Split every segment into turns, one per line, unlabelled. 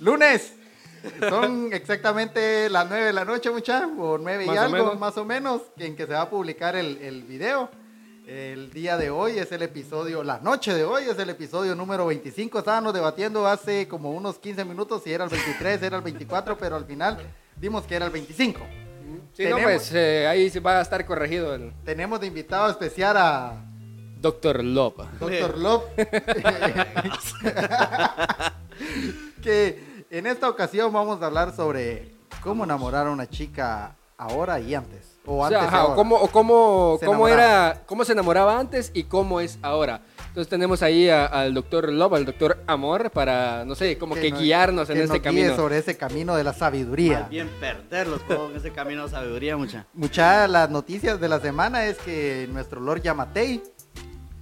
Lunes. Son exactamente las 9 de la noche, muchachos, o 9 y
Más o
algo,
menos.
más o menos, en que se va a publicar el, el video. El día de hoy es el episodio, la noche de hoy es el episodio número 25. Estábamos debatiendo hace como unos 15 minutos si era el 23, si era el 24, pero al final dimos que era el 25.
Sí, no,
Tenemos-
pues eh, ahí sí va a estar corregido el
Tenemos de invitado especial a
Doctor Lopa.
Doctor Love. que en esta ocasión vamos a hablar sobre cómo enamorar a una chica ahora y antes. O
O
antes
sea,
y
ajá, o
ahora.
cómo, o cómo,
Se
cómo
enamoraba.
era, cómo se enamoraba antes y cómo es ahora. Entonces tenemos ahí a- al doctor Love, al doctor Amor, para, no sé, como que,
nos-
guiarnos en
que
este
nos guíe
camino.
sobre ese camino de la sabiduría.
Más bien perderlos todo en ese camino de sabiduría, mucha.
Muchas las noticias de la semana es que nuestro Lord Yamatei eh,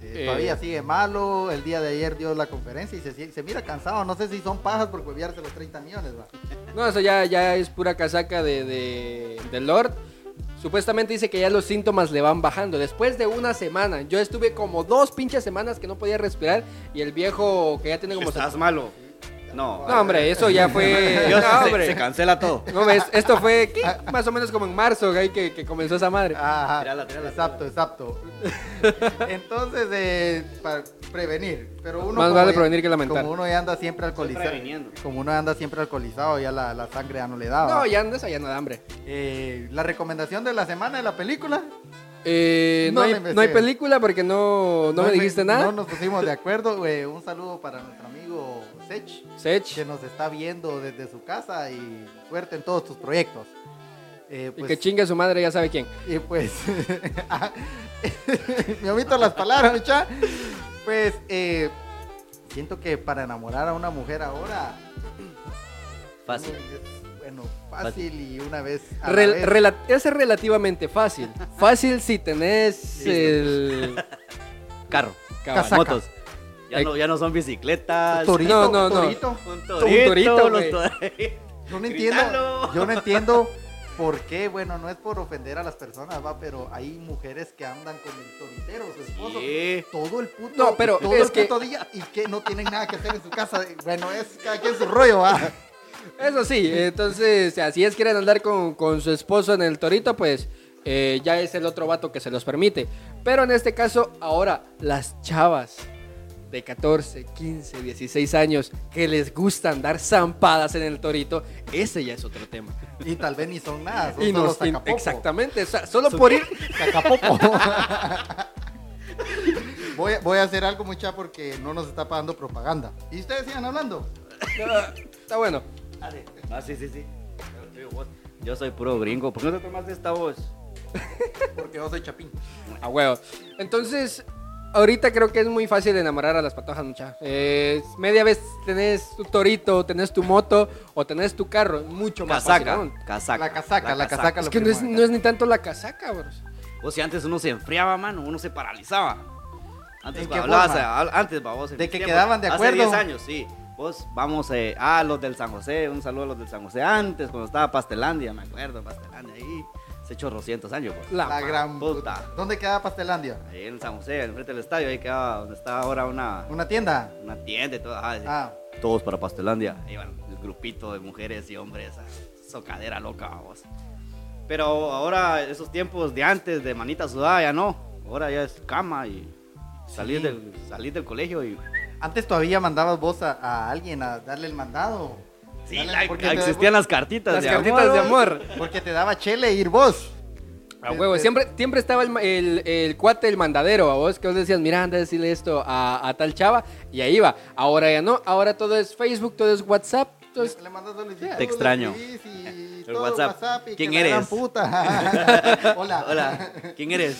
Eh.
todavía sigue malo. El día de ayer dio la conferencia y se, se mira cansado. No sé si son pajas por cueviarse los 30 millones. ¿va?
No, eso ya, ya es pura casaca de, de, de Lord. Supuestamente dice que ya los síntomas le van bajando. Después de una semana, yo estuve como dos pinches semanas que no podía respirar y el viejo que ya tiene como...
Estás malo. No.
No, hombre, eso ya fue...
Dios,
No,
se-
hombre.
se cancela todo.
No, ves, esto fue ¿qué? más o menos como en marzo, güey, que, que comenzó esa madre.
Ajá,
Tírala, tírala,
exacto, exacto. Entonces, eh, para prevenir, pero uno
Más
como
vale
ya-
prevenir que lamentar.
Como uno ya anda siempre alcoholizado,
previniendo.
como uno anda siempre alcoholizado, ya la, la sangre ya no le daba.
No, ya andas allá nada, hambre.
Eh, la recomendación de la semana de la película.
Eh, no,
No
hay,
le me
no hay
sé.
película porque no, no, me
hay-
dijiste nada.
No nos pusimos de acuerdo. eh, un saludo para nuestro amigo Sech,
Sech.
que nos está viendo desde su casa y suerte en todos tus proyectos. Eh,
y
pues,
que chingue su madre, ya sabe quién.
Y pues, me omito las palabras, mucha. Pues, eh, siento que para enamorar a una mujer ahora.
Fácil.
es, Bueno, fácil y una vez. a la
Rel-
vez.
rela- es relativamente fácil. Fácil si tenés el...
Carro.
cabal.
Casaca.
Motos. Ya
Ay.
no, ya no son bicicletas.
Torito,
No, no, no.
torito.
Un
Un
torito.
torito,
los
güey.
tor-
Yo no entiendo.
Gritalo.
Yo no entiendo por qué. Bueno, no es por ofender a las personas, va, pero hay mujeres que andan con el toritero, su esposo.
Sí.
Todo el puto,
No, pero
todo
es
el puto día y que no tienen nada que hacer en su casa. Bueno, es cada quien su rollo, va.
Eso sí, entonces, así es quieren andar con, con su esposo en el torito, pues eh, ya es el otro vato que se los permite. Pero en este caso, ahora, las chavas de 14, 15, 16 años que les gusta andar zampadas en el torito, ese ya es otro tema.
Y tal vez ni son nada, son
Y
solo
nos- y-
sacapopo.
exactamente, o sea, solo por ir...
Sacapopo. voy, a- voy a hacer algo, mucha, porque no nos está pagando propaganda. ¿Y ustedes sigan hablando?
Está bueno.
Dale. Ah, sí, sí, sí. Yo soy puro gringo. ¿Por qué no te tomas de esta voz?
Porque yo soy chapín.
A huevo. Entonces, ahorita creo que es muy fácil enamorar a las patojas, mucha. Eh, media vez tenés tu torito, tenés tu moto o tenés tu carro. es Mucho más
Casaca.
fácil. aún.
Casaca.
La casaca, la casaca.
Es que no es, no es ni tanto la casaca, bros.
O sea, antes uno se enfriaba, mano. Uno se paralizaba. Antes,
¿En
cuando
qué
hablabas,
forma?
habl- antes, va, vos, en
¿De
mis
que
tiempos,
quedaban de acuerdo?
pues, Hace 10 años, sí. Vos, vamos eh, a los del San José. Un saludo a los del San José. Antes, cuando estaba Pastelandia, me acuerdo, Pastelandia. Ahí se echó 200 años, pues.
La
La,
ma-
gran
puta.
puta. ¿Dónde queda Pastelandia?
Ahí en San José, enfrente del estadio, ahí quedaba donde está ahora una,
¿Una tienda?
una tienda y todo. ajá, sí.
Ah,
Todos para Pastelandia. Ahí van el grupito de mujeres y hombres. ah, Socadera loca, vamos. Pero ahora, esos tiempos de antes, de manita sudada, ya no. Ahora ya es cama y salir,
Sí.
del, salir del colegio y.
antes todavía mandabas vos a, a alguien a darle el mandado.
Sí,
Dale,
la-
porque te-
existían las cartitas
Las
de
cartitas
amor.
de amor.
Porque te daba chele ir vos.
A huevo. Siempre, siempre estaba el, ma- el- el cuate, el mandadero, a vos, que vos decías, mira, anda a decirle esto a, a tal chava. Y ahí va. Ahora ya no. Ahora todo es Facebook, todo es WhatsApp. todo es-
Le mandas solicitud,
Te extraño.
le escribís y
El
todo,
WhatsApp.
y
¿Quién
que la gran
eres?
puta. Hola.
Hola, ¿quién eres?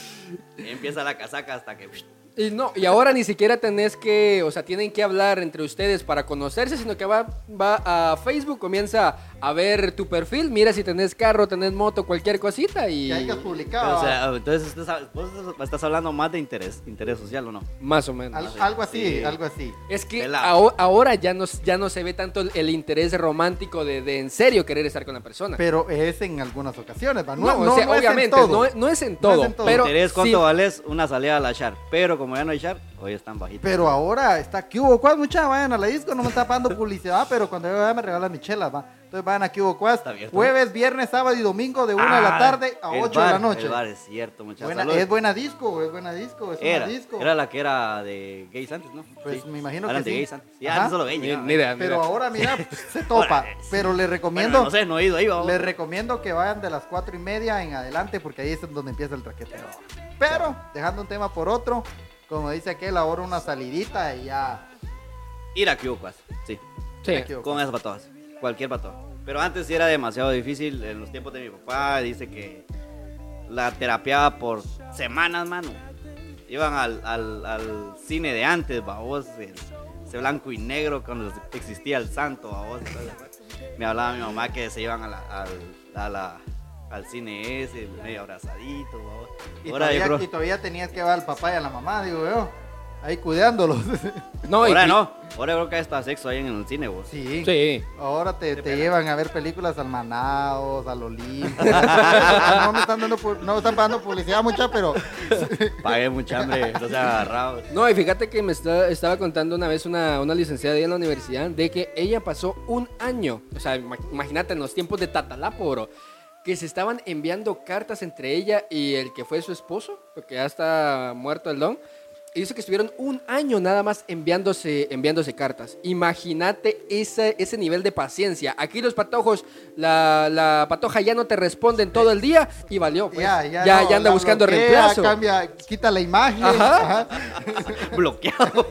Y empieza la casaca hasta que.
Y no, y ahora ni siquiera tenés que, o sea, tienen que hablar entre ustedes para conocerse, sino que va, va a Facebook, comienza a ver tu perfil, mira si tenés carro, tenés moto, cualquier cosita y
Que hayas publicado.
Pero, o sea, ah, entonces usted sabe- vos estás hablando más de interés, interés social o no.
más o menos.
Al- algo así,
Sí.
algo así.
Es que
Pelado.
aho- ahora ya no, ya no se ve tanto el, el interés romántico de, de en serio querer estar con la persona.
Pero es en algunas ocasiones, ¿va? No,
no,
no,
o sea,
no es en
obviamente,
todo.
no, es- no es en
No es
todo,
en todo.
pero
interés, ¿cuánto
sí-
vales una salida a la char? Pero como ya no hay char, Hoy están bajitos.
Pero ahora está Cubo Quas, muchachos, vayan a la disco, no me está pagando publicidad, pero cuando yo vaya me regalan mis chelas, va. Entonces vayan a Cubo Quas,
Está abierto.
jueves, viernes, sábado y domingo de 1 de la
Ah,
tarde a
el
8 de la
bar,
noche.
El bar es cierto, muchachos.
Buena-
Saludos.
es buena disco, es buena disco, es
era,
una disco.
era la que era de gays antes, ¿no?
Pues me imagino
Eran
que
de
sí.
gays antes. Ya,
Ajá.
no solo gays.
Ni,
llegaban.
ni idea. ni
Pero
idea.
ahora, mira, se topa.
Ahora, sí.
Pero les recomiendo,
Bueno, no sé, no he ido ahí, vamos.
les recomiendo que vayan de las 4 y media en adelante, porque ahí es donde empieza el traqueteo. Pero, dejando un tema por otro, como dice aquel, ahora una salidita y ya.
Ir a Kiyokuas, sí.
Sí.
me equivoco.
Con esas patojas. Cualquier patoja. Pero antes sí era demasiado difícil. En los tiempos de mi papá, dice que la terapiaba por semanas, mano. Iban al, al- al cine de antes, babos. el- Ese blanco y negro cuando existía el santo, babos. Entonces, Me hablaba mi mamá que se iban a la- al, a la- al cine ese, medio abrazadito, babos.
Y,
Ahora yo
todavía,
creo-
y todavía tenías que ver al papá y a la mamá, digo yo. Ahí cuidándolos.
No, y-
ahora
y-
no. Ahora creo que hasta sexo hay en el cine, vos.
sí.
Sí.
Ahora te,
Qué
te
pena.
llevan a ver películas al Manaos, al Olimpo. no, me están dando pu- no me están pagando publicidad mucha, pero
Pagué mucha hambre, no se agarrado.
No, y fíjate que me está- estaba contando una vez una, una licenciada ahí en la universidad de que ella pasó un año, o sea, ima- imagínate en los tiempos de Tatalapo, bro, que se estaban enviando cartas entre ella y el que fue su esposo, porque ya está muerto el don. Y dice que estuvieron un año nada más enviándose, enviándose cartas. Imagínate ese, ese nivel de paciencia. Aquí los patojos, la, la patoja ya no te responden todo el día y valió. pues.
ya, ya.
ya,
no,
ya anda
la
buscando
bloquea,
reemplazo.
Cambia, quita la imagen.
Ajá.
ajá.
Bloqueado.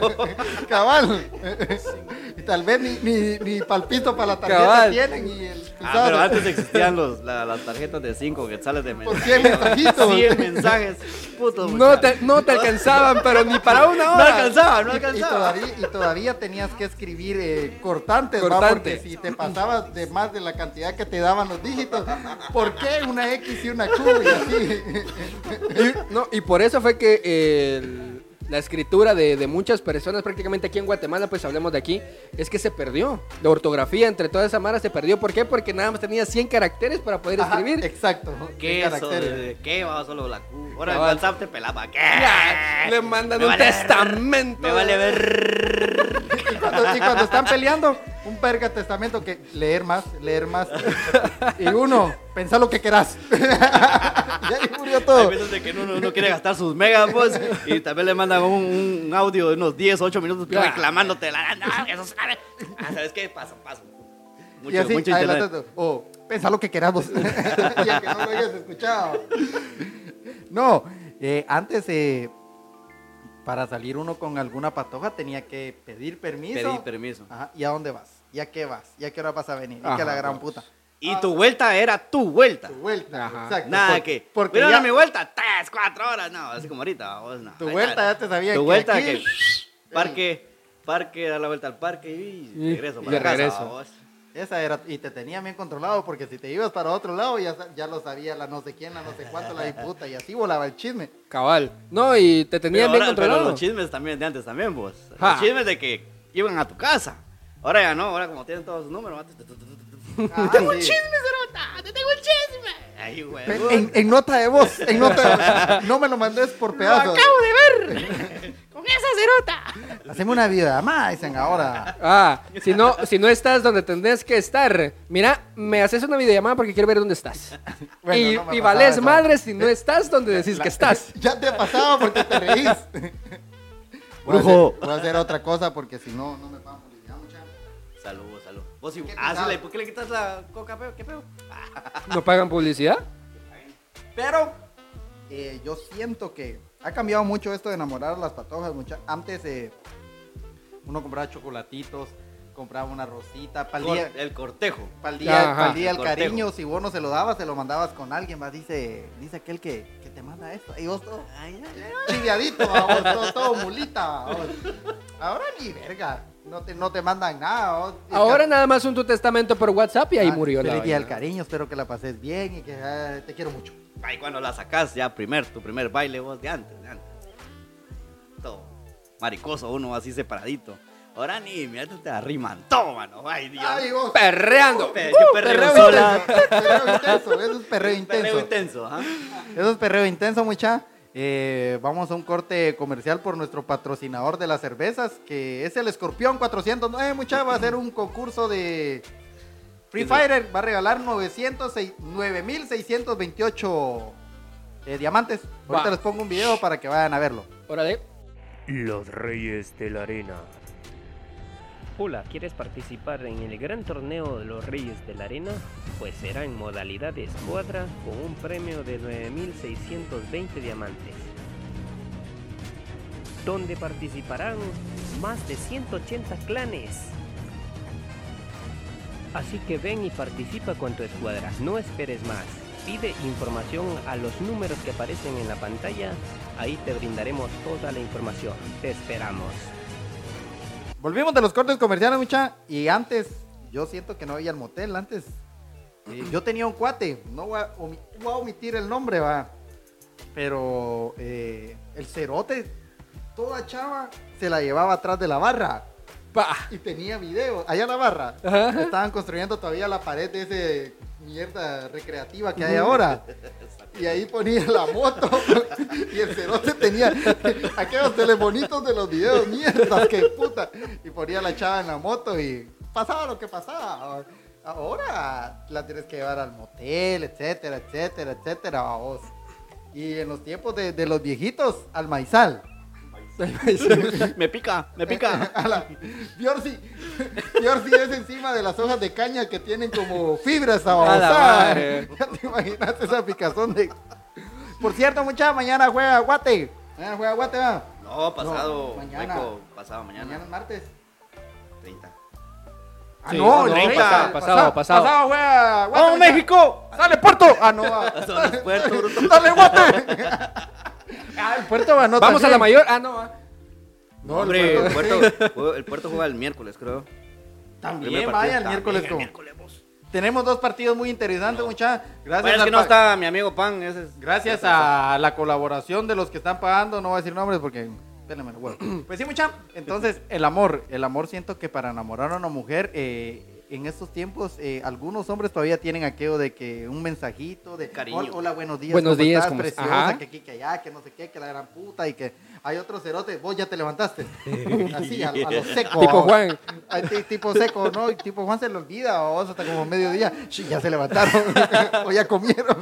Cabal. Y tal vez ni, ni, ni palpito para la tarjeta
Cabal.
tienen y el
Pues,
Ah, pero antes existían los, la- las tarjetas de 5 que sales de
por
mensaje.
100 mensajitos.
100 mensajes. Puto
Pues, No
muchacho.
te, no te alcanzaban, pero ni para una
No
hora.
alcanzaba,
Y
no alcanzaba.
todavía, y todavía tenías que escribir eh, cortantes, ¿va?
Cortante.
porque si te pasabas de más de la cantidad que te daban los dígitos, ¿por qué una X y una Q y así?
Y, no, y por eso fue que eh, el- la escritura de, de muchas personas, prácticamente aquí en Guatemala, pues hablemos de aquí, es que se perdió. La ortografía entre toda esa mara se perdió. ¿Por qué? Porque nada más tenía 100 caracteres para poder
Ajá,
escribir.
exacto.
¿Qué
de
eso?
caracteres.
de- ¿Qué va solo la Q? Ahora en
Cabal.
WhatsApp te pelaba. ¿Qué?
Ya, le mandan
Me
un
vale ver-
testamento.
Me vale ver.
Y cuando, y cuando están peleando, un perga testamento que leer más, leer más. Y uno, pensá lo que querás. y ahí murió
Hay
todo.
veces de que uno no, no quiere gastar sus megas, pues, y también le mandan un, un audio de unos 10, 8 minutos
Ya.
reclamándote. La, no, eso sabe. Ah, ¿Sabes qué? Paso, paso. Mucho,
y así,
mucho internet.
adelantando. O, pensá lo que queramos. y el que no lo hayas escuchado. No, eh, antes, eh, para salir uno con alguna patoja, tenía que pedir permiso.
Pedí permiso.
Ajá, ¿y a dónde vas? ¿Y a qué vas? ¿Y a qué hora vas a venir? Y
Ajá,
que la gran
pues.
puta.
Y tu vuelta era tu vuelta.
Tu vuelta.
Ajá.
Exacto.
Nada
por-
que.
Porque
Mira,
ya-
mi vuelta, tres, cuatro horas. No, así como ahorita. Vos, no.
Tu
Ahí
vuelta
está.
ya te sabía
Tu
que
vuelta
aquí-
que. Parque, parque, dar la vuelta al parque y
Y-
regreso
y
para
de
casa,
regreso.
vos.
Esa era, y te tenía bien controlado, porque si te ibas para otro lado, ya, sa- ya lo sabía la no sé quién, la no sé cuánto, la disputa, y así volaba el chisme.
Cabal. No, y te
Pero,
tenían bien
ahora, pero
controlado.
los chismes también de antes también vos.
Ja.
Los chismes de que iban a tu casa. Ahora ya no, ahora como tienen todos sus números. antes-
¡Tengo un chisme!
Ay, güey.
En, en nota de voz, en nota de voz. No me lo mandes por pedazos.
acabo de ver con esa cerota.
Haceme una vida más, dicen ahora.
Ah, si no, si no estás donde tendrías que estar, mira, me haces una videollamada porque quiero ver dónde estás.
Bueno,
y
no me
y
pasaba
vales
eso.
madre si no estás donde decís que estás.
Ya te pasaba porque te reís. Voy a hacer-
Brujo.
Voy a hacer otra cosa porque si no, no me pagan publicidad, muchacha.
Salud, salud. Vos ah, y
¿Qué te
hazle,
sabe?
¿por qué le quitas la coca, peo? ¿Qué peo?
¿No pagan publicidad?
Pero eh, yo siento que ha cambiado mucho esto de enamorar a las patojas. mucha- Antes eh, uno compraba chocolatitos, compraba una rosita, para
Cor- eh, El cortejo.
Pa'l día,
Ajá.
pa'l día el
Cortejo.
cariño, si vos no se lo dabas, se lo mandabas con alguien, más dice, dice aquel que, que te manda esto. Y vos todo
Ay, ay,
chiviadito, va, vos todo, todo mulita. va, vos. Ahora ni verga, no te, no te mandan nada. vos. Y
Ahora
ca-
nada más un tu testamento por WhatsApp y ahí
ah,
murió la
Feliz día del
vaina.
cariño, espero que la pases bien y que ah, te quiero mucho.
Ay, cuando la sacás ya primer, tu primer baile vos de antes, de antes. Todo maricoso uno así separadito. Ahora ni mira te arriman todo, mano. Ay, Dios.
Ay, uh, vos.
Perreando.
Pe- qué perreo sola.
intenso, perreo intenso, eso es perreo intenso.
Perreo intenso, ajá.
Eso es perreo intenso, mucha. Eh, vamos a un corte comercial por nuestro patrocinador de las cervezas, que es el Escorpión 409. Mucha va a hacer un concurso de Free Fire. Va a regalar 906 9.628 eh, diamantes. Ahorita
Va.
les pongo un video para que vayan a verlo.
Órale.
Los Reyes de la Arena.
Hola, ¿quieres participar en el gran torneo de los Reyes de la Arena? Pues será en modalidad de escuadra con un premio de 9.620 diamantes, donde participarán más de 180 clanes. Así que ven y participa con tu escuadra, no esperes más. Pide información a los números que aparecen en la pantalla, ahí te brindaremos toda la información. Te esperamos.
Volvimos de los cortes comerciales, mucha. Y antes, yo siento que no había al motel antes. Eh, yo tenía un cuate, no voy a, omi- voy a omitir el nombre, va. Pero eh, el cerote, toda chava, se la llevaba atrás de la barra.
Pa.
Y tenía video, allá en la barra.
Ajá.
Estaban construyendo todavía la pared de ese mierda recreativa que hay ahora. Y ahí ponía la moto. y el cerote tenía aquellos telefonitos de los videos, mierda, que puta. Y ponía la chava en la moto y pasaba lo que pasaba. Ahora la tienes que llevar al motel, etcétera, etcétera, etcétera. vamos. Y en los tiempos de, de los viejitos, al maizal.
¿ah? Me pica, me pica.
A la- Biorsi, Biorsi es encima de las hojas de caña que tienen como fibras
A la
avanzadas.
madre.
Ya te imaginaste esa picazón de. Por cierto, mucha mañana juega Guate. Mañana juega Guate, va.
No, pasado.
No, mañana.
Rico, pasado mañana.
Mañana es martes.
30.
Ah,
Sí,
no,
no,
el
treinta.
pasa-
Pasado, pasado.
Pasado juega Guate.
¡Vamos,
mucha.
México!
¡Sale Puerto! Ah, no. va.
Son los puertos, bruto.
¡Dale Guate! Ah, el Puerto va, no.
Vamos a la
también.
mayor. Ah, no. ah.
No, el
Hombre, el
Puerto-
puerto, el puerto juega el miércoles, creo.
También
Primer
vaya el
partido.
miércoles.
También
con-
el miércoles, vos.
Tenemos dos partidos muy interesantes, mucha. Gracias
Vaya, es
al
que no
pa-
está mi amigo Pan. Ese es-
Gracias a la colaboración de los que están pagando, no voy a decir nombres porque. Pélamelo, huevo. Pues sí, mucha. Entonces, el amor. El amor siento que para enamorar a una mujer, eh, en estos tiempos, eh, algunos hombres todavía tienen aquello de que un mensajito de
Cariño.
"Hol- Hola, buenos días.
Buenos
¿cómo
días,
estás,
¿cómo estás?
preciosa,
Ajá.
que aquí, que allá, que no sé qué, que la gran puta y que hay otro cerote. Vos ya te levantaste. Así, a, los secos.
Tipo Juan.
Ay, ti- tipo seco, ¿no? Y tipo Juan se lo olvida, o hasta como mediodía. Sí, ya se levantaron, o ya comieron.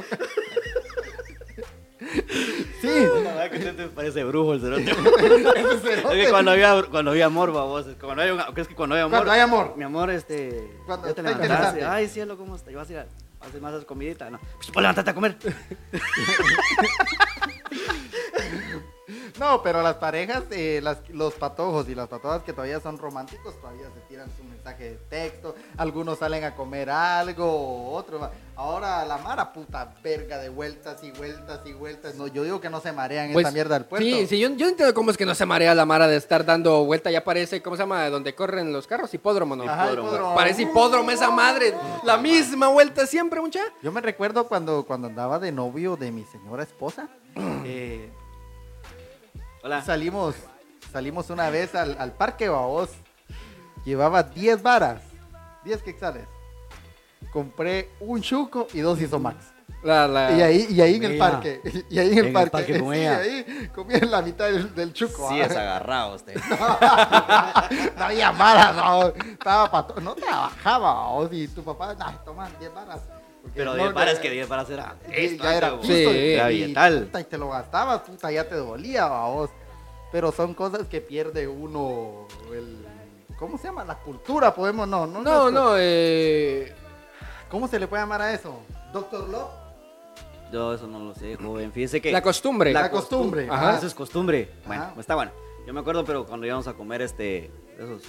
Sí,
La verdad que usted te parece brujo el cerote.
ese cerote.
Es que cuando había, cuando había amor, babos. es que Cuando hay un- es que cuando hay amor.
pues, Cuando hay amor.
Mi amor, este.
Cuando
ya te
está
levantaste.
interesante.
Ay, cielo, ¿cómo estás? Y vas a ir a vas a hacer más comidita. No. Pues pues, levántate a comer.
No, pero las parejas, eh, las- los patojos y las patojas que todavía son románticos, todavía se tiran su mensaje de texto. Algunos salen a comer algo, otros. va- Ahora la mara puta verga de vueltas y vueltas y vueltas. No, yo digo que no se marean
Pues,
esta mierda del puerto.
Sí, sí, yo, yo no entiendo cómo es que no se marea la mara de estar dando vuelta. Ya parece, ¿cómo se llama? Donde corren los carros, hipódromo, ¿no?
Ajá, hipódromo.
Parece hipódromo esa madre. La misma vuelta siempre, mucha.
Yo me recuerdo cuando, cuando andaba de novio de mi señora esposa. eh,
Ah.
Hola.
salimos, salimos una vez al, al parque Baos. Llevaba 10 varas, 10 quetzales. Compré un chuco y dos isomax.
La, la...
Y ahí, y ahí en el
Ah, Mira.
parque. Y ahí en el
En el
parque.
parque con
Sí,
ella.
ahí comía en la mitad del, del chuco.
Sí,
ah.
es agarrado
este.
usted.
no había varas, no. Estaba pato. No trabajaba. o si tu papá, no, toma 10 varas. Porque
Pero
no,
bien, para
no,
es que bien para hacer. ah,
Sí, ya era
Sí,
justo, y-
era
y,
vital.
puta, y te lo gastabas, puta, ya te dolía, vos. Pero son cosas que pierde uno el... ¿Cómo se llama? La cultura, podemos... No, no,
No,
es-
no, eh...
¿Cómo se le puede llamar a eso? ¿Doctor Love?
Yo eso no lo sé, joven. Fíjese que.
La costumbre.
La costumbre.
Ajá.
Ajá, eso es costumbre. Bueno,
Ajá.
está bueno. Yo me acuerdo, pero cuando íbamos a comer este. Esos.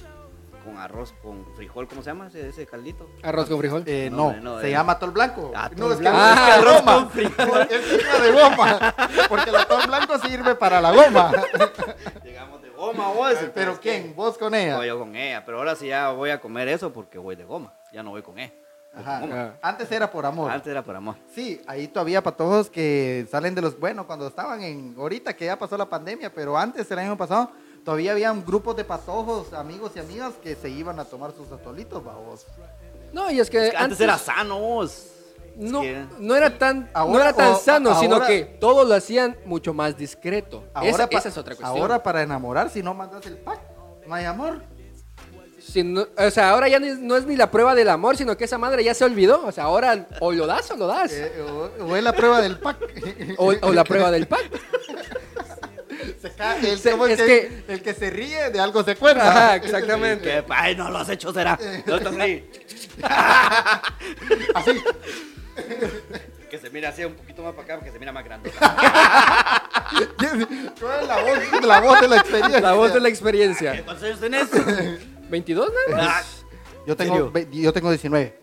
Con arroz, con frijol, ¿cómo se llama ese, ese caldito?
Arroz con frijol.
Eh, no,
No, hombre, no,
se
eh.
llama tol blanco.
Ah,
no,
tol
es que
blanco.
es que
Ah,
es
arroz
goma.
con frijol.
Es hija de goma. Porque el tol blanco sirve para la goma.
Llegamos de goma, vos.
Pero ¿quién? ¿Vos con ella?
No, yo con ella. Pero ahora sí ya voy a comer eso porque voy de goma. Ya no voy con ella. Voy
Ajá.
con goma.
Ah.
Antes era por Eh, amor.
Antes era por amor.
Sí, ahí todavía patojos que salen de los. Bueno, cuando estaban en. Ahorita que ya pasó la pandemia, pero antes, el año pasado, todavía habían grupos de patojos, amigos y amigas, que se iban a tomar sus atolitos, babos.
No, y es que,
Es que antes, era sano vos.
No,
que-
no era tan, no
Ahora-
era tan
o-
sano, sino
ahora-
que todos lo hacían mucho más discreto. esa,
pa-
esa es otra cuestión.
Ahora para enamorar, si no mandas el pack, no hay amor.
Si no- o sea, ahora ya no es, no es ni la prueba del amor, sino que esa madre ya se olvidó. O sea, ahora o lo das o lo das.
Eh, o, o es la prueba del pack.
O, o la prueba del pack.
Se cae, el,
Se-
como el
es
que, el que se ríe de algo se acuerda.
Ajá, exactamente.
Que, ay, no lo has hecho, será. No estás ahí.
Así.
Que se mira así un poquito más para acá, porque se mira más grande.
¿Cuál es la voz, la voz de la experiencia?
La voz de la experiencia.
¿Cuántos años tenés?
¿22 nada más?
Ah,
Yo
serio?
tengo, ve- yo tengo 19.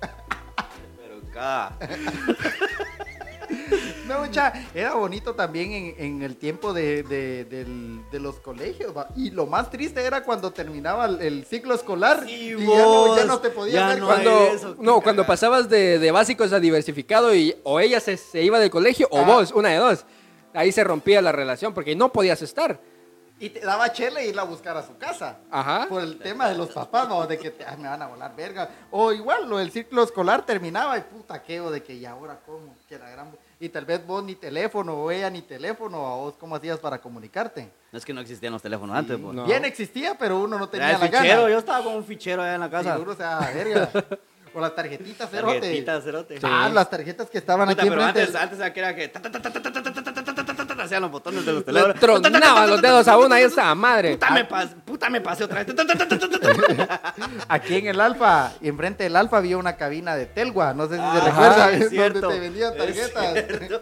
Pero acá.
No, mucha, era bonito también en, en el tiempo de, de- del- de los colegios. va. Y lo más triste era cuando terminaba el, el ciclo escolar
Sí,
y ya no, ya
vos,
no te podías
ya
ver
no
cuando-
hay-
Cuando,
eso, qué
no, cuando
cagada.
pasabas de, de básicos a diversificado y o ella se, se iba del colegio
Ah.
o vos, una de dos. Ahí se rompía la relación porque no podías estar.
Y te daba chele irla a buscar a su casa.
Ajá.
Por el tema de los papás, ¿no? de que te- "Ay, me van a volar verga. O igual, lo del ciclo escolar terminaba y puta queo de que y ahora cómo, que la gran... Y tal vez vos ni teléfono, o ella ni teléfono, a vos cómo hacías para comunicarte.
No es que no existían los teléfonos antes, pues.
No.
Bien existía, pero uno no tenía
Era el
la
fichero,
gana.
yo estaba con un fichero allá en la casa.
Seguro, o sea, verga. O las tarjetitas, cerote.
Tarjetita, cerote.
Ah, las tarjetas que estaban
Puta,
aquí
pero
enfrente.
antes, antes era que era que ta, ta, ta, ta, ta, ta, ta, ta, ta, ta, ta, ta, ta, ta, ta, hacían los botones de los
Le
teléfonos.
tronaban los dedos a una y esa madre.
Puta me, pas- puta me pasé otra vez. Ta, ta, ta, ta, ta, ta, ta.
Aquí en el Alfa, enfrente del Alfa había una cabina de Telgua, no sé si
Ah,
se recuerda,
es cierto,
donde te vendían
es
tarjetas.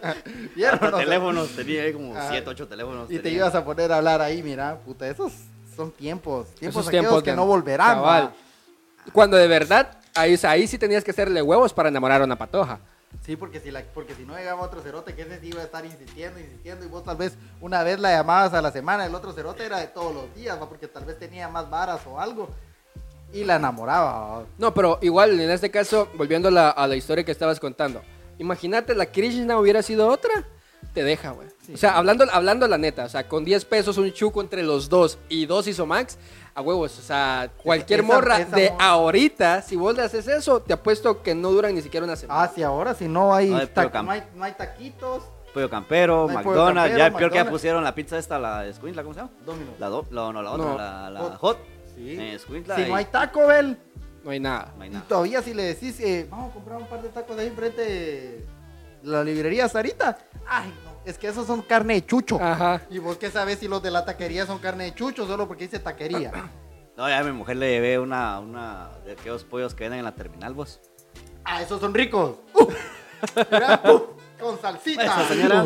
¿Vieron?
Hasta
O sea,
teléfonos, tenía ahí como
Ajá.
7, 8 teléfonos.
Y te
tenía.
ibas a poner a hablar ahí, mira, puta, esos son tiempos, tiempos
Esos
aquellos
tiempos
que
de-
no volverán.
cabal.
¿va?
Cuando de verdad, ahí, ahí sí tenías que hacerle huevos para enamorar a una patoja.
Sí, porque si, la, porque si no llegaba otro cerote, que ese sí iba a estar insistiendo, insistiendo, y vos tal vez una vez la llamabas a la semana, el otro cerote era de todos los días, ¿va? porque tal vez tenía más varas o algo, y la enamoraba. ¿va?
No, pero igual, en este caso, volviendo a la, a la historia que estabas contando. Imagínate, la Krishna hubiera sido otra. Te deja, güey. O sea, hablando, hablando la neta, o sea, con 10 pesos un chuco entre los dos y dos Isomax, a huevos. O sea, cualquier
Esa-
morra
esa
de
morra.
ahorita, si vos le haces eso, te apuesto que no duran ni siquiera una semana.
Ah, sí, ahora si no hay,
Ay,
ta-
pero cam-
no hay, no hay taquitos,
Pollo Campero,
No hay pollo
McDonald's.
campero,
Ya peor que ya
McDonald's.
pusieron la pizza esta, la Squintla, ¿cómo se llama?
Domino's.
La do, la, no, la otra,
No.
la, la
Hot.
hot.
Sí.
Eh, Escuintla
si
y-
no hay Taco Bell,
No hay nada.
no hay
y
nada.
todavía si le decís, eh, vamos a comprar un par de tacos ahí enfrente de la librería Sarita, ay no, es que esos son carne de chucho.
Ajá.
¿Y vos qué sabes si los de la taquería son carne de chucho solo porque dice taquería?
No, ya a mi mujer le llevé una, una de aquellos pollos que venden en la terminal, vos.
ah, esos son ricos. ¡Uf! Mira, ¡puf! Con salsita. Uh.
Esa señora,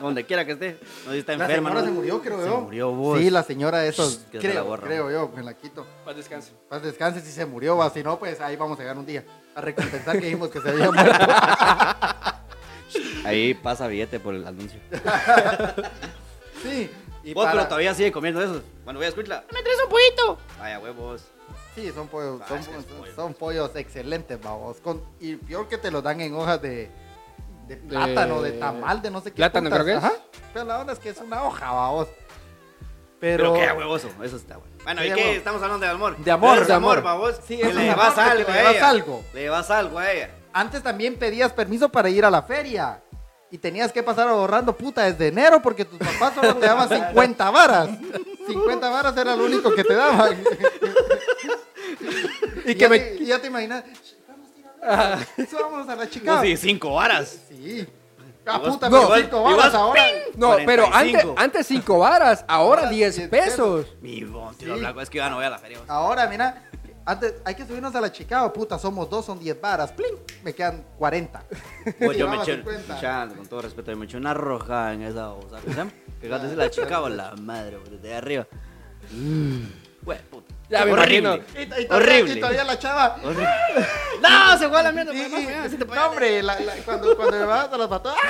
donde quiera que esté, no sé si está
la
enferma.
señora
¿no?
se murió, creo
Se
yo.
murió vos.
Sí, la señora de esos,
Que se la
creo,
borra.
creo yo, me la quito.
Paz descanse.
Paz descanse si se murió, va, si no, pues ahí vamos a llegar un día. A recompensar que dijimos que se había muerto.
Ahí pasa billete por el anuncio.
Sí. Y
vos,
para-
pero todavía sigue comiendo eso. Bueno, voy a escucharla.
¡Me traes un pollito!
Vaya huevos.
Sí, son pollos,
Ah,
son,
es que es
son-
pollo.
son pollos excelentes, babos. Con, y peor que te lo dan en hojas de, de plátano, de tamal, de no sé qué.
plátano,
putas.
creo que es.
Ajá. Pero la onda es que es una hoja, babos.
Pero,
Pero,
qué huevoso, eso está bueno. Bueno,
Sí,
¿y
de
qué?
amor.
Estamos hablando de amor.
De amor,
Pero es
de
amor,
amor.
pa' vos.
Sí,
que
es
le
un
llevas
amor que
algo
le
a
llevas
ella.
algo.
Le llevas algo eh. a ella.
antes también pedías permiso para ir a la feria. Y tenías que pasar ahorrando puta desde enero porque tus papás solo te daban 50 varas. 50 varas era lo único que te daban. y,
que
ya,
me-
te, y ya te imaginas, vamos a ir a la- vamos a la chica.
No, Ah. sí, cinco varas.
Sí. Ah,
Igual-
puta,
no,
pero cinco
igual-
balas
igual-
ahora.
No, pero antes,
45.
antes cinco varas, ahora
Ahora
10
10
pesos.
Mi bon,
Sí.
tiro
Ah,
blanco. Es que ya no voy a la feria. vos.
Ahora, mira, antes hay que subirnos a la Chicago, puta, somos dos, son 10 varas. ¡Pling! Me quedan 40.
Vos, Pues yo me
Llevaba
eché,
50.
mucha, con todo respeto, yo me eché una roja en esa cosa. ¿Qué Fíjate, es la chica o
Ah.
la madre, porque desde arriba.
Mm.
Güey, puta.
Ya me
Horrible.
imagino.
Y, y todavía,
Horrible.
y todavía la chava.
Horrible. No, se fue a la mierda.
Y-
pues, no,
y-
ya, sí te
no, hombre, la- la- cuando, cuando llevabas a las patadas, ¡ah!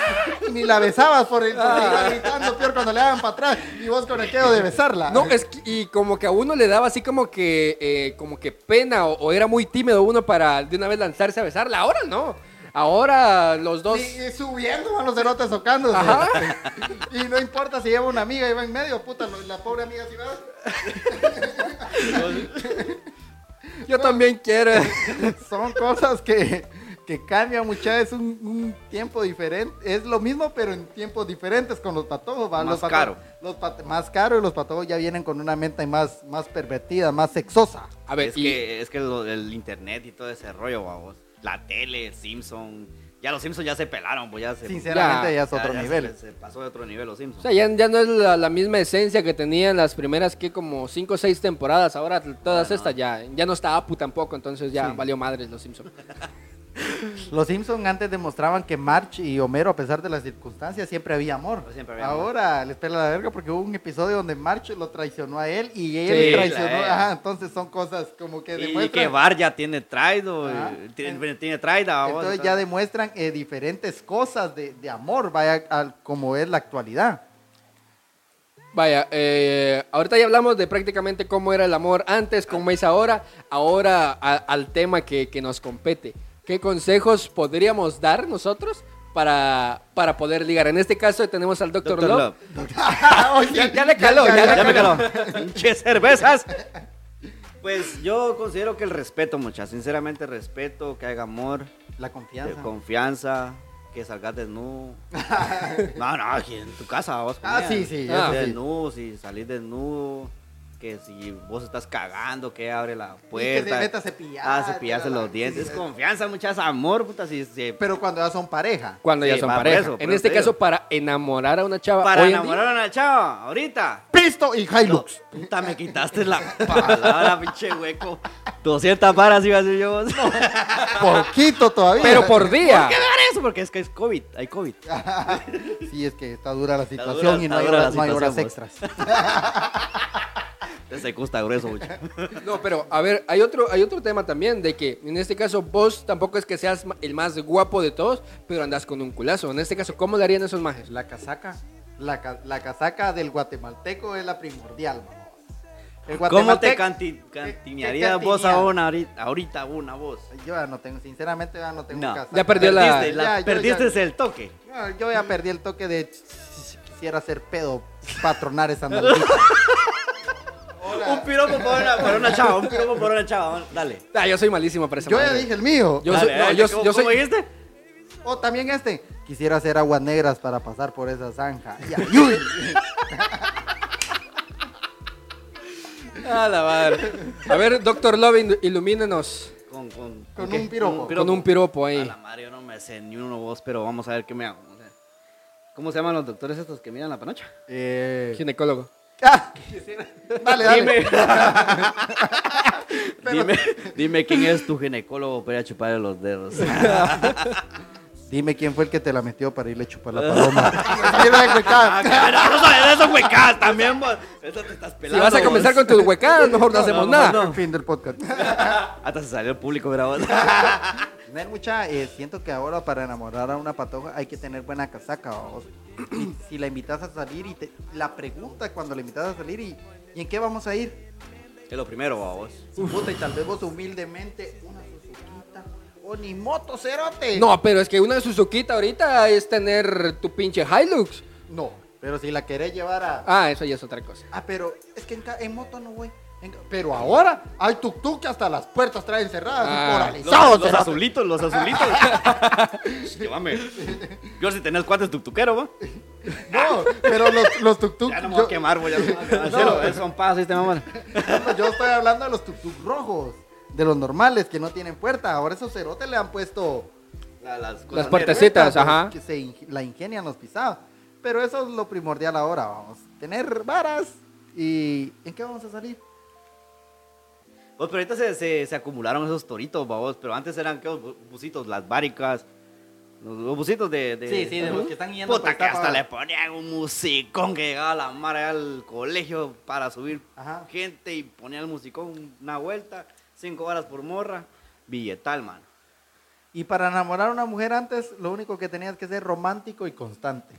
ni la besabas por el. porque
Ah.
iba gritando peor cuando le daban para atrás y vos con el quedo de besarla.
No, es que- y como que a uno le daba así como que, eh, como que pena o, o era muy tímido uno para de una vez lanzarse a besarla. Ahora no. Ahora los dos.
Y, y subiendo van los cerotes socándose.
Ajá.
Y no importa si lleva una amiga y va en medio, puta, lo- la pobre amiga si va.
Yo también quiero.
Son cosas que, que cambia mucha es un, un tiempo diferente. Es lo mismo, pero en tiempos diferentes con los patojos. ¿va?
Más
los pato-
caro.
los pat- más caro y los patojos ya vienen con una mente más, más pervertida, más sexosa.
A ver,
es,
y-
que, es que lo- el internet y todo ese rollo, vamos. La tele, Simpson. Ya los Simpsons ya se pelaron, pues ya se.
Sinceramente,
Ya,
ya, es otro
ya- ya
nivel.
Se, se pasó de otro nivel los Simpsons.
O sea, ya, ya no es la, la misma esencia que tenían las primeras que como 5 o 6 temporadas. Ahora t- todas
Ah, no.
estas ya, ya no está Apu tampoco, entonces ya valió madres los Simpsons.
Los Simpson antes demostraban que March y Homero, a pesar de las circunstancias, siempre había amor.
Siempre había amor.
Ahora les pela la verga porque hubo un episodio donde March lo traicionó a él y él
Sí,
traicionó.
la verga.
Ajá, entonces son cosas como que
y
demuestran.
que Bar ya tiene traido.
Ajá.
eh, Tiene, tiene traida, vamos.
entonces
o sea.
ya demuestran eh, diferentes cosas de, de amor, vaya, al- como es la actualidad.
Vaya, eh, ahorita ya hablamos de prácticamente cómo era el amor antes, cómo es ahora. Ahora a- al tema que, que nos compete. ¿Qué consejos podríamos dar nosotros para, para poder ligar? En este caso tenemos al Dr.
Doctor
Love.
Love.
Ya, ya le caló, ya,
ya,
le
me
caló.
caló. Pinche cervezas. Pues yo considero que el respeto, muchachos. Sinceramente, respeto, que haya amor,
La
eh,
confianza.
confianza, que salgas desnudo. No, no, aquí en tu casa vos.
Ah,
comida.
sí, sí,
Ah,
eso sí.
Desnudo, si salís desnudo. Que si vos estás cagando, que abre la
Y que
puerta.
se meta a cepillar.
Ah, cepillarse
la- la-
los dientes.
sí,
Es confianza, muchachos. Amor, puta. Si, si-
Pero cuando ya son pareja.
Cuando ya
Sí,
son
va, por
pareja.
eso, por
en
eso
este
te
caso,
digo.
para enamorar a una chava.
para
hoy en día-
enamorar a una chava, ahorita.
Pisto y Hilux.
Puta, me quitaste la palabra, pinche hueco. 200 varas iba a ser yo.
Poquito todavía.
pero por día.
¿Qué eso? Porque es que es COVID, hay COVID.
Sí, es que está dura la
Está
situación
dura-
y no
está
hay,
dura
horas,
la
no hay horas
situación,
extras.
Se gusta grueso mucho.
No, pero a ver, hay otro, hay otro tema también de que en este caso vos tampoco es que seas ma- el más guapo de todos, pero andas con un culazo. En este caso, ¿cómo le harían esos majes?
La casaca. La, ca- la casaca del guatemalteco es la primordial, mamá. El
¿Cómo te
guatemalteco-
canti,
¿Qué-
cantinearías
qué
vos
cantinea?
a una ahorita, ahorita una voz?
Yo ya no tengo, sinceramente ya no tengo
No.
casaca.
Ya perdió la-
Perdiste, la-
Ya, yo
perdiste
ya-
el toque.
No, Yo ya perdí el toque de quisiera ser pedo, patronar esa nalguita.
Un piropo por una, por una chava, un piropo por una chava. bueno, Dale.
Ah, yo soy malísimo para esa
Yo ya
madre.
dije el mío.
Yo
Dale,
soy- no,
dale,
yo-
¿cómo-
yo soy-
¿Cómo dijiste?
O también este. Quisiera hacer aguas negras para pasar por esa zanja. Y ayuy.
A la madre. A ver, doctor Love, ilu- ilumínenos
Con, con,
Con
qué?
un piropo.
con un piropo
A
ahí.
la madre, yo no me sé ni uno vos, pero vamos a ver qué me hago. o sea. ¿Cómo se llaman los doctores estos que miran la panocha?
Eh,
Ginecólogo.
ah, dale, dale.
Dime, dime quién es tu ginecólogo para ir a chuparle los dedos.
Dime quién fue el que te la metió para irle a chupar la paloma. Mira, güey,
Ah,
ca-
eso huecas también, vos. Eso te estás
Si
pelando.
vas a comenzar con tus huecadas, mejor no,
No,
hacemos
no,
nada.
no.
En fin del podcast.
Hasta se salió el público grabando.
Tener mucha, eh, siento que ahora para enamorar a una patoja hay que tener buena casaca. ¿vaos? Y si la invitas a salir y te, la pregunta cuando la invitas a salir y, ¿y en qué vamos a ir?
Es lo primero, vos.
Puta, y tal vez vos humildemente una suzuquita o ni moto cerote.
No, pero es que una Suzuquita ahorita es tener tu pinche Hilux.
no. Pero si la querés llevar a
Ah, eso ya es otra cosa.
Ah, pero es que en, ca- en moto no voy. En ca- Pero ahora hay tuk-tuk que hasta las puertas traen cerradas.
Ah,
y
Los,
coralizados,
los
cerote.
azulitos, los azulitos. Llévame. Yo si tenés cuates tuctuquero, vos.
No, pero los, los tuk-tuk.
Ya no me voy a
yo,
quemar, vos. Ya no me voy a quemar.
No.
Cero, esos Son pasos, este mamá.
yo estoy hablando de los tuk-tuk rojos. De los normales que no tienen puerta. Ahora esos cerotes le han puesto.
Las,
Las puertas.
cosas negras.
Puertecitas,
pues,
ajá.
Que se ing- la ingenian los pisados. Pero eso es lo primordial ahora. Vamos. Tener varas. ¿Y en qué vamos a salir?
Vos, pero ahorita se, se, se acumularon esos toritos, babos. Pero antes eran ¿qué? Bu- busitos, las báricas. Los, los busitos de, de-
están
Puta, que hasta le ponían un musicón que llegaba la madre al colegio para subir
Ajá.
gente y ponía el musicón una vuelta, cinco horas por morra, billetal, man.
Y para enamorar a una mujer antes, lo único que tenías que ser romántico y constante.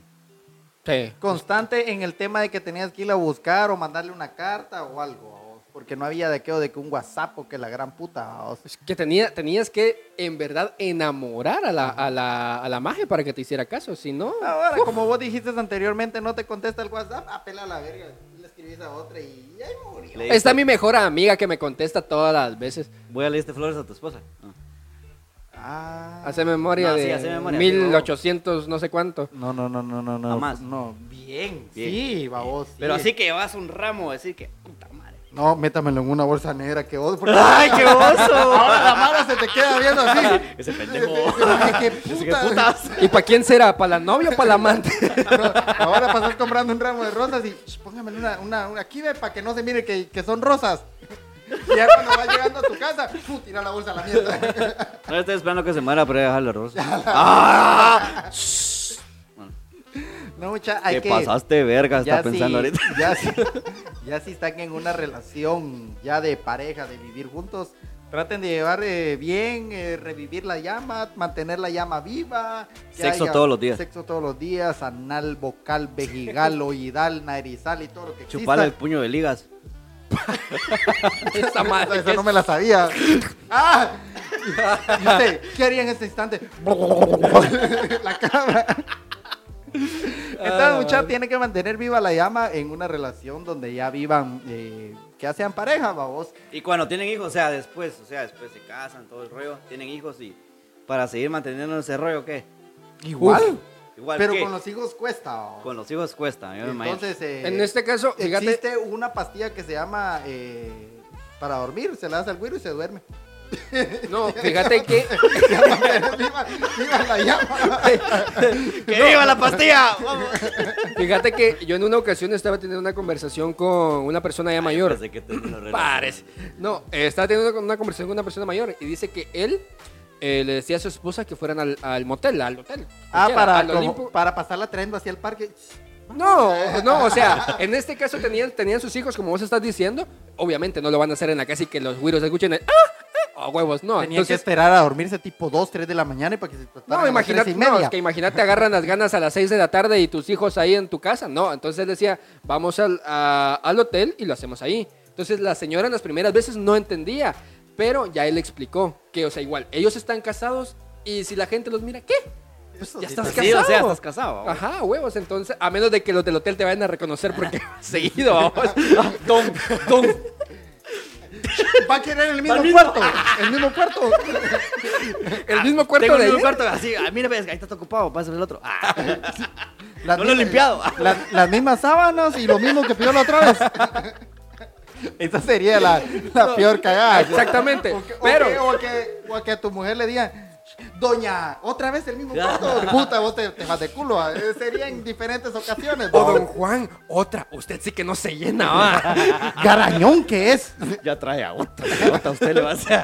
Sí.
constante en el tema de que tenías que ir a buscar o mandarle una carta o algo. ¿vos? Porque no había de qué o de que un WhatsApp o que la gran puta. ¿vos?
Es que tenía, tenías que, en verdad, enamorar a la, a la, a la maje para que te hiciera caso. Si no,
Ahora, como vos dijiste anteriormente, no te contesta el WhatsApp, apela a la verga. Le escribís a otra y ahí murió.
Le-
está mi mejor amiga que me contesta todas las veces.
Voy a leerte flores a tu esposa. Ah.
Ah.
Hace memoria
No, sí,
de
hace memoria,
1800 no sé cuánto.
No, no, no, no, no, no.
Jamás.
No, bien,
Bien.
sí, babos. sí.
Pero así que vas un ramo, así que, puta madre.
No, métamelo en una bolsa negra que vos. porque
¡Ay, qué
Ahora
oso!
la mara se te queda viendo así.
Ese pendejo.
¿Qué,
Ese que
puta?
putas.
¿Y para quién será? ¿Para la novia o para la amante?
No, ahora pasar comprando un ramo de rosas y "Sh, póngamele una, una, una aquí ve para que no se mire que, que son rosas. Y ya cuando vas llegando a tu casa, ¡fu! tira la bolsa a la mierda.
No estoy esperando que se muera para dejar la rosa.
No, mucha, hay
Te
que.
pasaste verga, está
ya
pensando
si-
ahorita.
Ya si, ya si están en una relación ya de pareja, de vivir juntos, traten de llevar eh, bien, eh, revivir la llama, mantener la llama viva. que
Sexo todos los días.
Sexo todos los días, anal, vocal, vejigal, oidal, narizal y todo lo que
Chupala el
exista.
puño de ligas.
Esa
Esa-
madre.
esa no me la sabía. ¡Ah! Y usted, ¿Qué haría en este instante? la cámara. Entonces,
Ah.
muchachos, tiene que mantener viva la llama en una relación donde ya vivan, eh, que ya sean pareja, babos.
Y cuando tienen hijos, o sea, después, o sea, después se casan, todo el rollo, tienen hijos y para seguir manteniendo ese rollo, ¿qué?
Igual.
Igual
pero
¿qué?
con los hijos cuesta. babos.
Con los hijos cuesta, yo me imagino.
Entonces, eh,
En este caso, fíjate.
existe una pastilla que se llama eh, para dormir, se la das al güiro y se duerme.
No, fíjate que.
viva, viva la llama.
¡Que viva la pastilla! ¡Vamos!
Fíjate que yo en una ocasión estaba teniendo una conversación con una persona ya mayor.
Pensé que tenía una relación.
Parece. No, eh, estaba teniendo una conversación con una persona mayor y dice que él eh, le decía a su esposa que fueran al, al motel, al hotel.
Ah,
Cualquiera,
para,
al
como-
Olimpo.
para pasarla trayendo hacia el parque.
No, no, o sea, en este caso tenían, tenían sus hijos, como vos estás diciendo. Obviamente no lo van a hacer en la casa y que los güiros escuchen el. ¡Ah! ah", o huevos, no.
Tenía que
Entonces,
esperar a dormirse tipo 2, 3 de la mañana y para que se despertaran
No,
a las
imagínate,
tres y
no,
media.
es que imagínate, agarran las ganas a las 6 de la tarde y tus hijos ahí en tu casa. No, entonces decía, vamos al, a- al hotel y lo hacemos ahí. Entonces la señora en las primeras veces no entendía, pero ya él explicó que, o sea, igual, ellos están casados y si la gente los mira, ¿qué?
Eso Pues,
Ya
sí
estás
está-
pues Sí, o sea,
casado. Ah,
estás casado. vamos.
Ajá, huevos, entonces, a menos de que los del hotel te vayan a reconocer porque seguido, vamos. Don, don,
Va a querer en el mismo
Al mismo-
cuarto. El mismo cuarto.
el mismo cuarto
Tengo
de
el mismo
ella.
cuarto, así, ah, mira, ves, ahí está ocupado, pásame el otro. Ah.
Las
No lo
mismas-
he limpiado.
la- las mismas sábanas y lo mismo que pidió la otra vez. Esa sería la, la peor cagada.
Exactamente,
O que- o
pero-
que- O que, o que a tu mujer le digan. Doña, otra vez el mismo cuarto. Puta, vos te, te vas de culo. ah. Eh, Sería en diferentes ocasiones.
O
¿no?
don Juan, otra, usted sí que no se llena, va.
Garañón que es.
Ya trae a otra, a otra usted le va a hacer.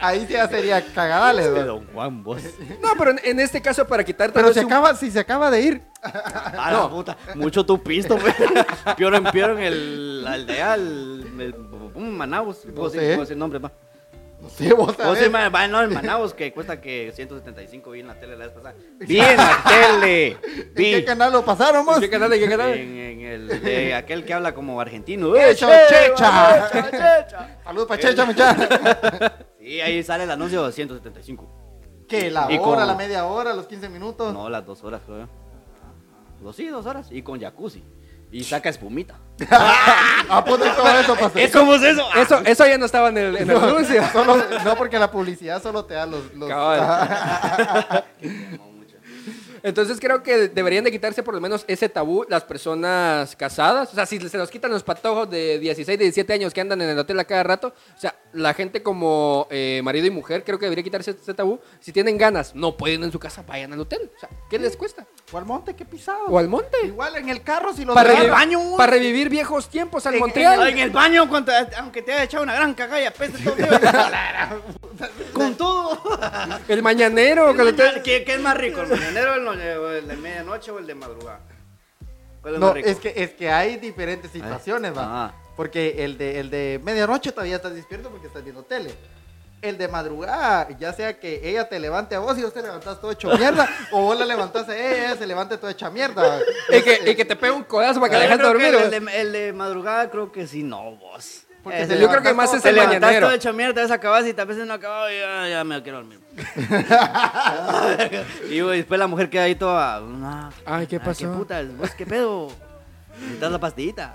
Ahí ya sería cagadales. ¿no?
Don Juan, vos.
No, pero en, en este caso, para quitar tal
Pero
vez
si
un-
acaba, si se acaba de ir.
A Ah, la puta, mucho tupisto, pues. Pior en pior en el la aldea, el, el- un Manaus, puedo
No
decir,
sé.
puedo decir nombre, va.
No sé, vos
Puedo
sabés.
decir, ma- va, no, el Manaus, que cuesta que 175 vi en la tele la vez pasada. Vi en la tele,
¿En
vi.
qué canal lo pasaron, vos?
¿Qué canal? ¿Qué canal?
En, en el de aquel que habla como argentino. ¡Eh,
¡Hecho, checha! Saludos pa' Checha, muchacha.
Sí, ahí sale el anuncio de 175.
Que la
Y
hora,
con-
la media hora, los 15 minutos.
No, las dos horas, creo yo. Dos, sí, dos horas. Y con jacuzzi. Y saca espumita.
Apunta Ah, pues, todo eso, pastor.
¿Cómo es eso? Ah,
Eso, eso ya no estaba en el, en el anuncio.
Solo- no, porque la publicidad solo te da los. los-
Cabal. Entonces creo que deberían de quitarse por lo menos ese tabú las personas casadas. O sea, si se los quitan los patojos de 16, 17 años que andan en el hotel a cada rato. O sea, la gente como eh, marido y mujer creo que debería quitarse ese tabú. Si tienen ganas, no pueden en su casa, vayan al hotel. O sea, ¿qué les cuesta?
O al monte, qué pisado.
O al monte.
Igual en el carro, si lo
Para,
dejan-
revi-
baño, güey.
para revivir viejos tiempos al
En-
Montreal.
En, en el baño, cuando- aunque te haya echado una gran cagalla, peste todo. feo. Con todo.
El mañanero. que lo te-
¿Qué, qué es más rico, el mañanero o el, no- o el de medianoche o el de madrugada? ¿Cuál es
No,
más rico?
es que, es que hay diferentes situaciones, va.
Ah.
Porque el de, el de medianoche todavía estás despierto porque estás viendo tele. El de madrugada, ya sea que ella te levante a vos y vos te levantás todo hecho mierda, o vos la levantás a ella y ella se levante toda hecha mierda.
Y que, y que te pegue un codazo para que
Yo
la dejes
creo que
dormir.
El de, el de madrugada creo que sí, no, vos.
Porque
Eh,
se
te
yo creo que
levantás
más
todo
es el
pelado.
mañana.
Estás
mañanero.
todo hecho mierda, esa acabas y tal vez no acabado ya, ya me quiero dormir. y güey, después la mujer queda ahí toda. "Ah,
Ay, ¿qué pasó?
¿Qué puta? ¿Vos qué pedo? ¿Necesitas la pastillita?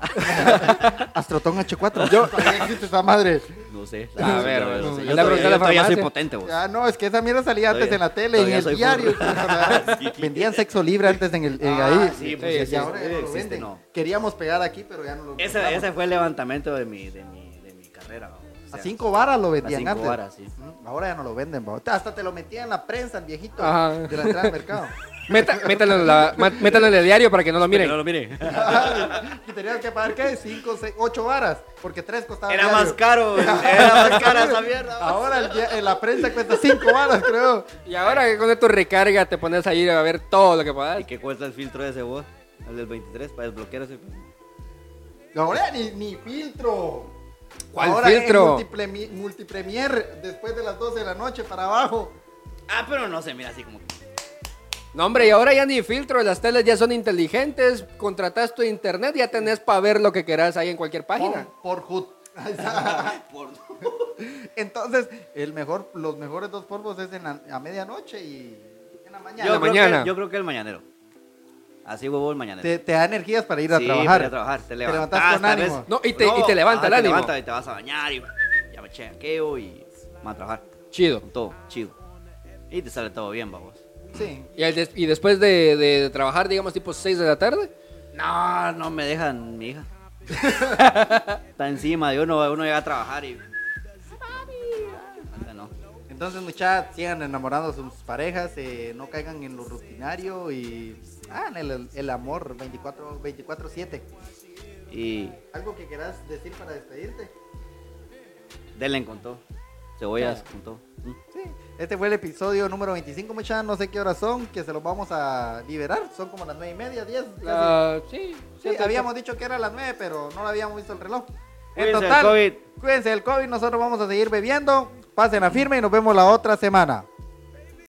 Astrotón H4. Yo. existe esa madre?
No sé.
A ver,
no, no sé.
le
Yo todavía,
pregunté a la
yo todavía soy
farmacia.
potente, vos.
Ah, no, es que esa mierda salía antes
Todavía-
en la tele, en
todavía
el
soy
diario.
furro.
¿verdad? Vendían sexo libre antes en el en
Ah,
ahí.
sí, pues,
y
sí,
ahora
sí,
ya no lo
existe,
venden.
no.
Queríamos pegar aquí, pero ya no lo
Ese,
encontramos.
ese fue el levantamiento de mi, de mi, de mi carrera. vos. O sea,
A cinco varas lo
a
vendían
cinco
antes.
varas, sí.
Mm, Ahora ya no lo venden, va. hasta te lo metían en la prensa, el viejito
Ajá.
de la entrada al mercado.
Meta- métalo, en la- ma- métalo en el diario para que no lo miren. Ah,
No lo miren.
y tenías que pagar, ¿qué? Cinco, seis, ocho varas, porque tres costaban
Era
diario.
más caro, era más cara esa mierda. vos.
Ahora el dia- en la prensa cuesta cinco varas, creo.
Y ahora que con tu recarga te pones a ir a ver todo lo que puedas.
¿Y qué cuesta el filtro de ese vos? El del 23 para desbloquear ese.
Ahora ni, ni filtro.
¿Cuál
Ahora
filtro?
en multipremi- multipremier, después de las 12 de la noche para abajo.
Ah, pero no se mira así como.
No, hombre, y ahora ya ni filtro, las teles ya son inteligentes, contratas tu internet, ya tenés para ver lo que querás ahí en cualquier página.
Por, por Hut. Entonces, el mejor, los mejores dos polvos es en la, a medianoche y en la mañana.
Yo,
la
creo
mañana.
Que, yo creo que el mañanero. Así huevo el mañanero.
te, te da energías para ir a
Sí,
trabajar.
para ir a trabajar, te
levantas
levantas.
con
tal
ánimo.
No, y te- y te levanta
ajá,
el
ah, te
ánimo.
levanta y te vas a bañar y ya me chequeo y vas a trabajar.
Chido.
Con todo, chido. Y te sale todo bien, vamos.
Sí.
Y, al des- y después de, de trabajar, digamos, tipo 6 de la tarde,
No, no me dejan, mi hija. Está encima de uno, uno llega a trabajar y. Anda, no.
Entonces, muchachos, sigan enamorando a sus parejas, eh, no caigan en lo rutinario y hagan el, el amor 24 24-7.
Y
¿Algo que quieras decir para despedirte?
denle con todo. Cebollas con todo. Mm.
Sí. Este fue el episodio número 25, muchachos. No sé qué horas son, que se los vamos a liberar. Son como las 9 y media, 10. casi.
la- sí,
Sí,
siete-
habíamos dicho que era las 9, pero no le habíamos visto el reloj. En
Cuídense del
total,
COVID.
cuídense del COVID. Nosotros vamos a seguir bebiendo. Pasen a firme y nos vemos la otra semana.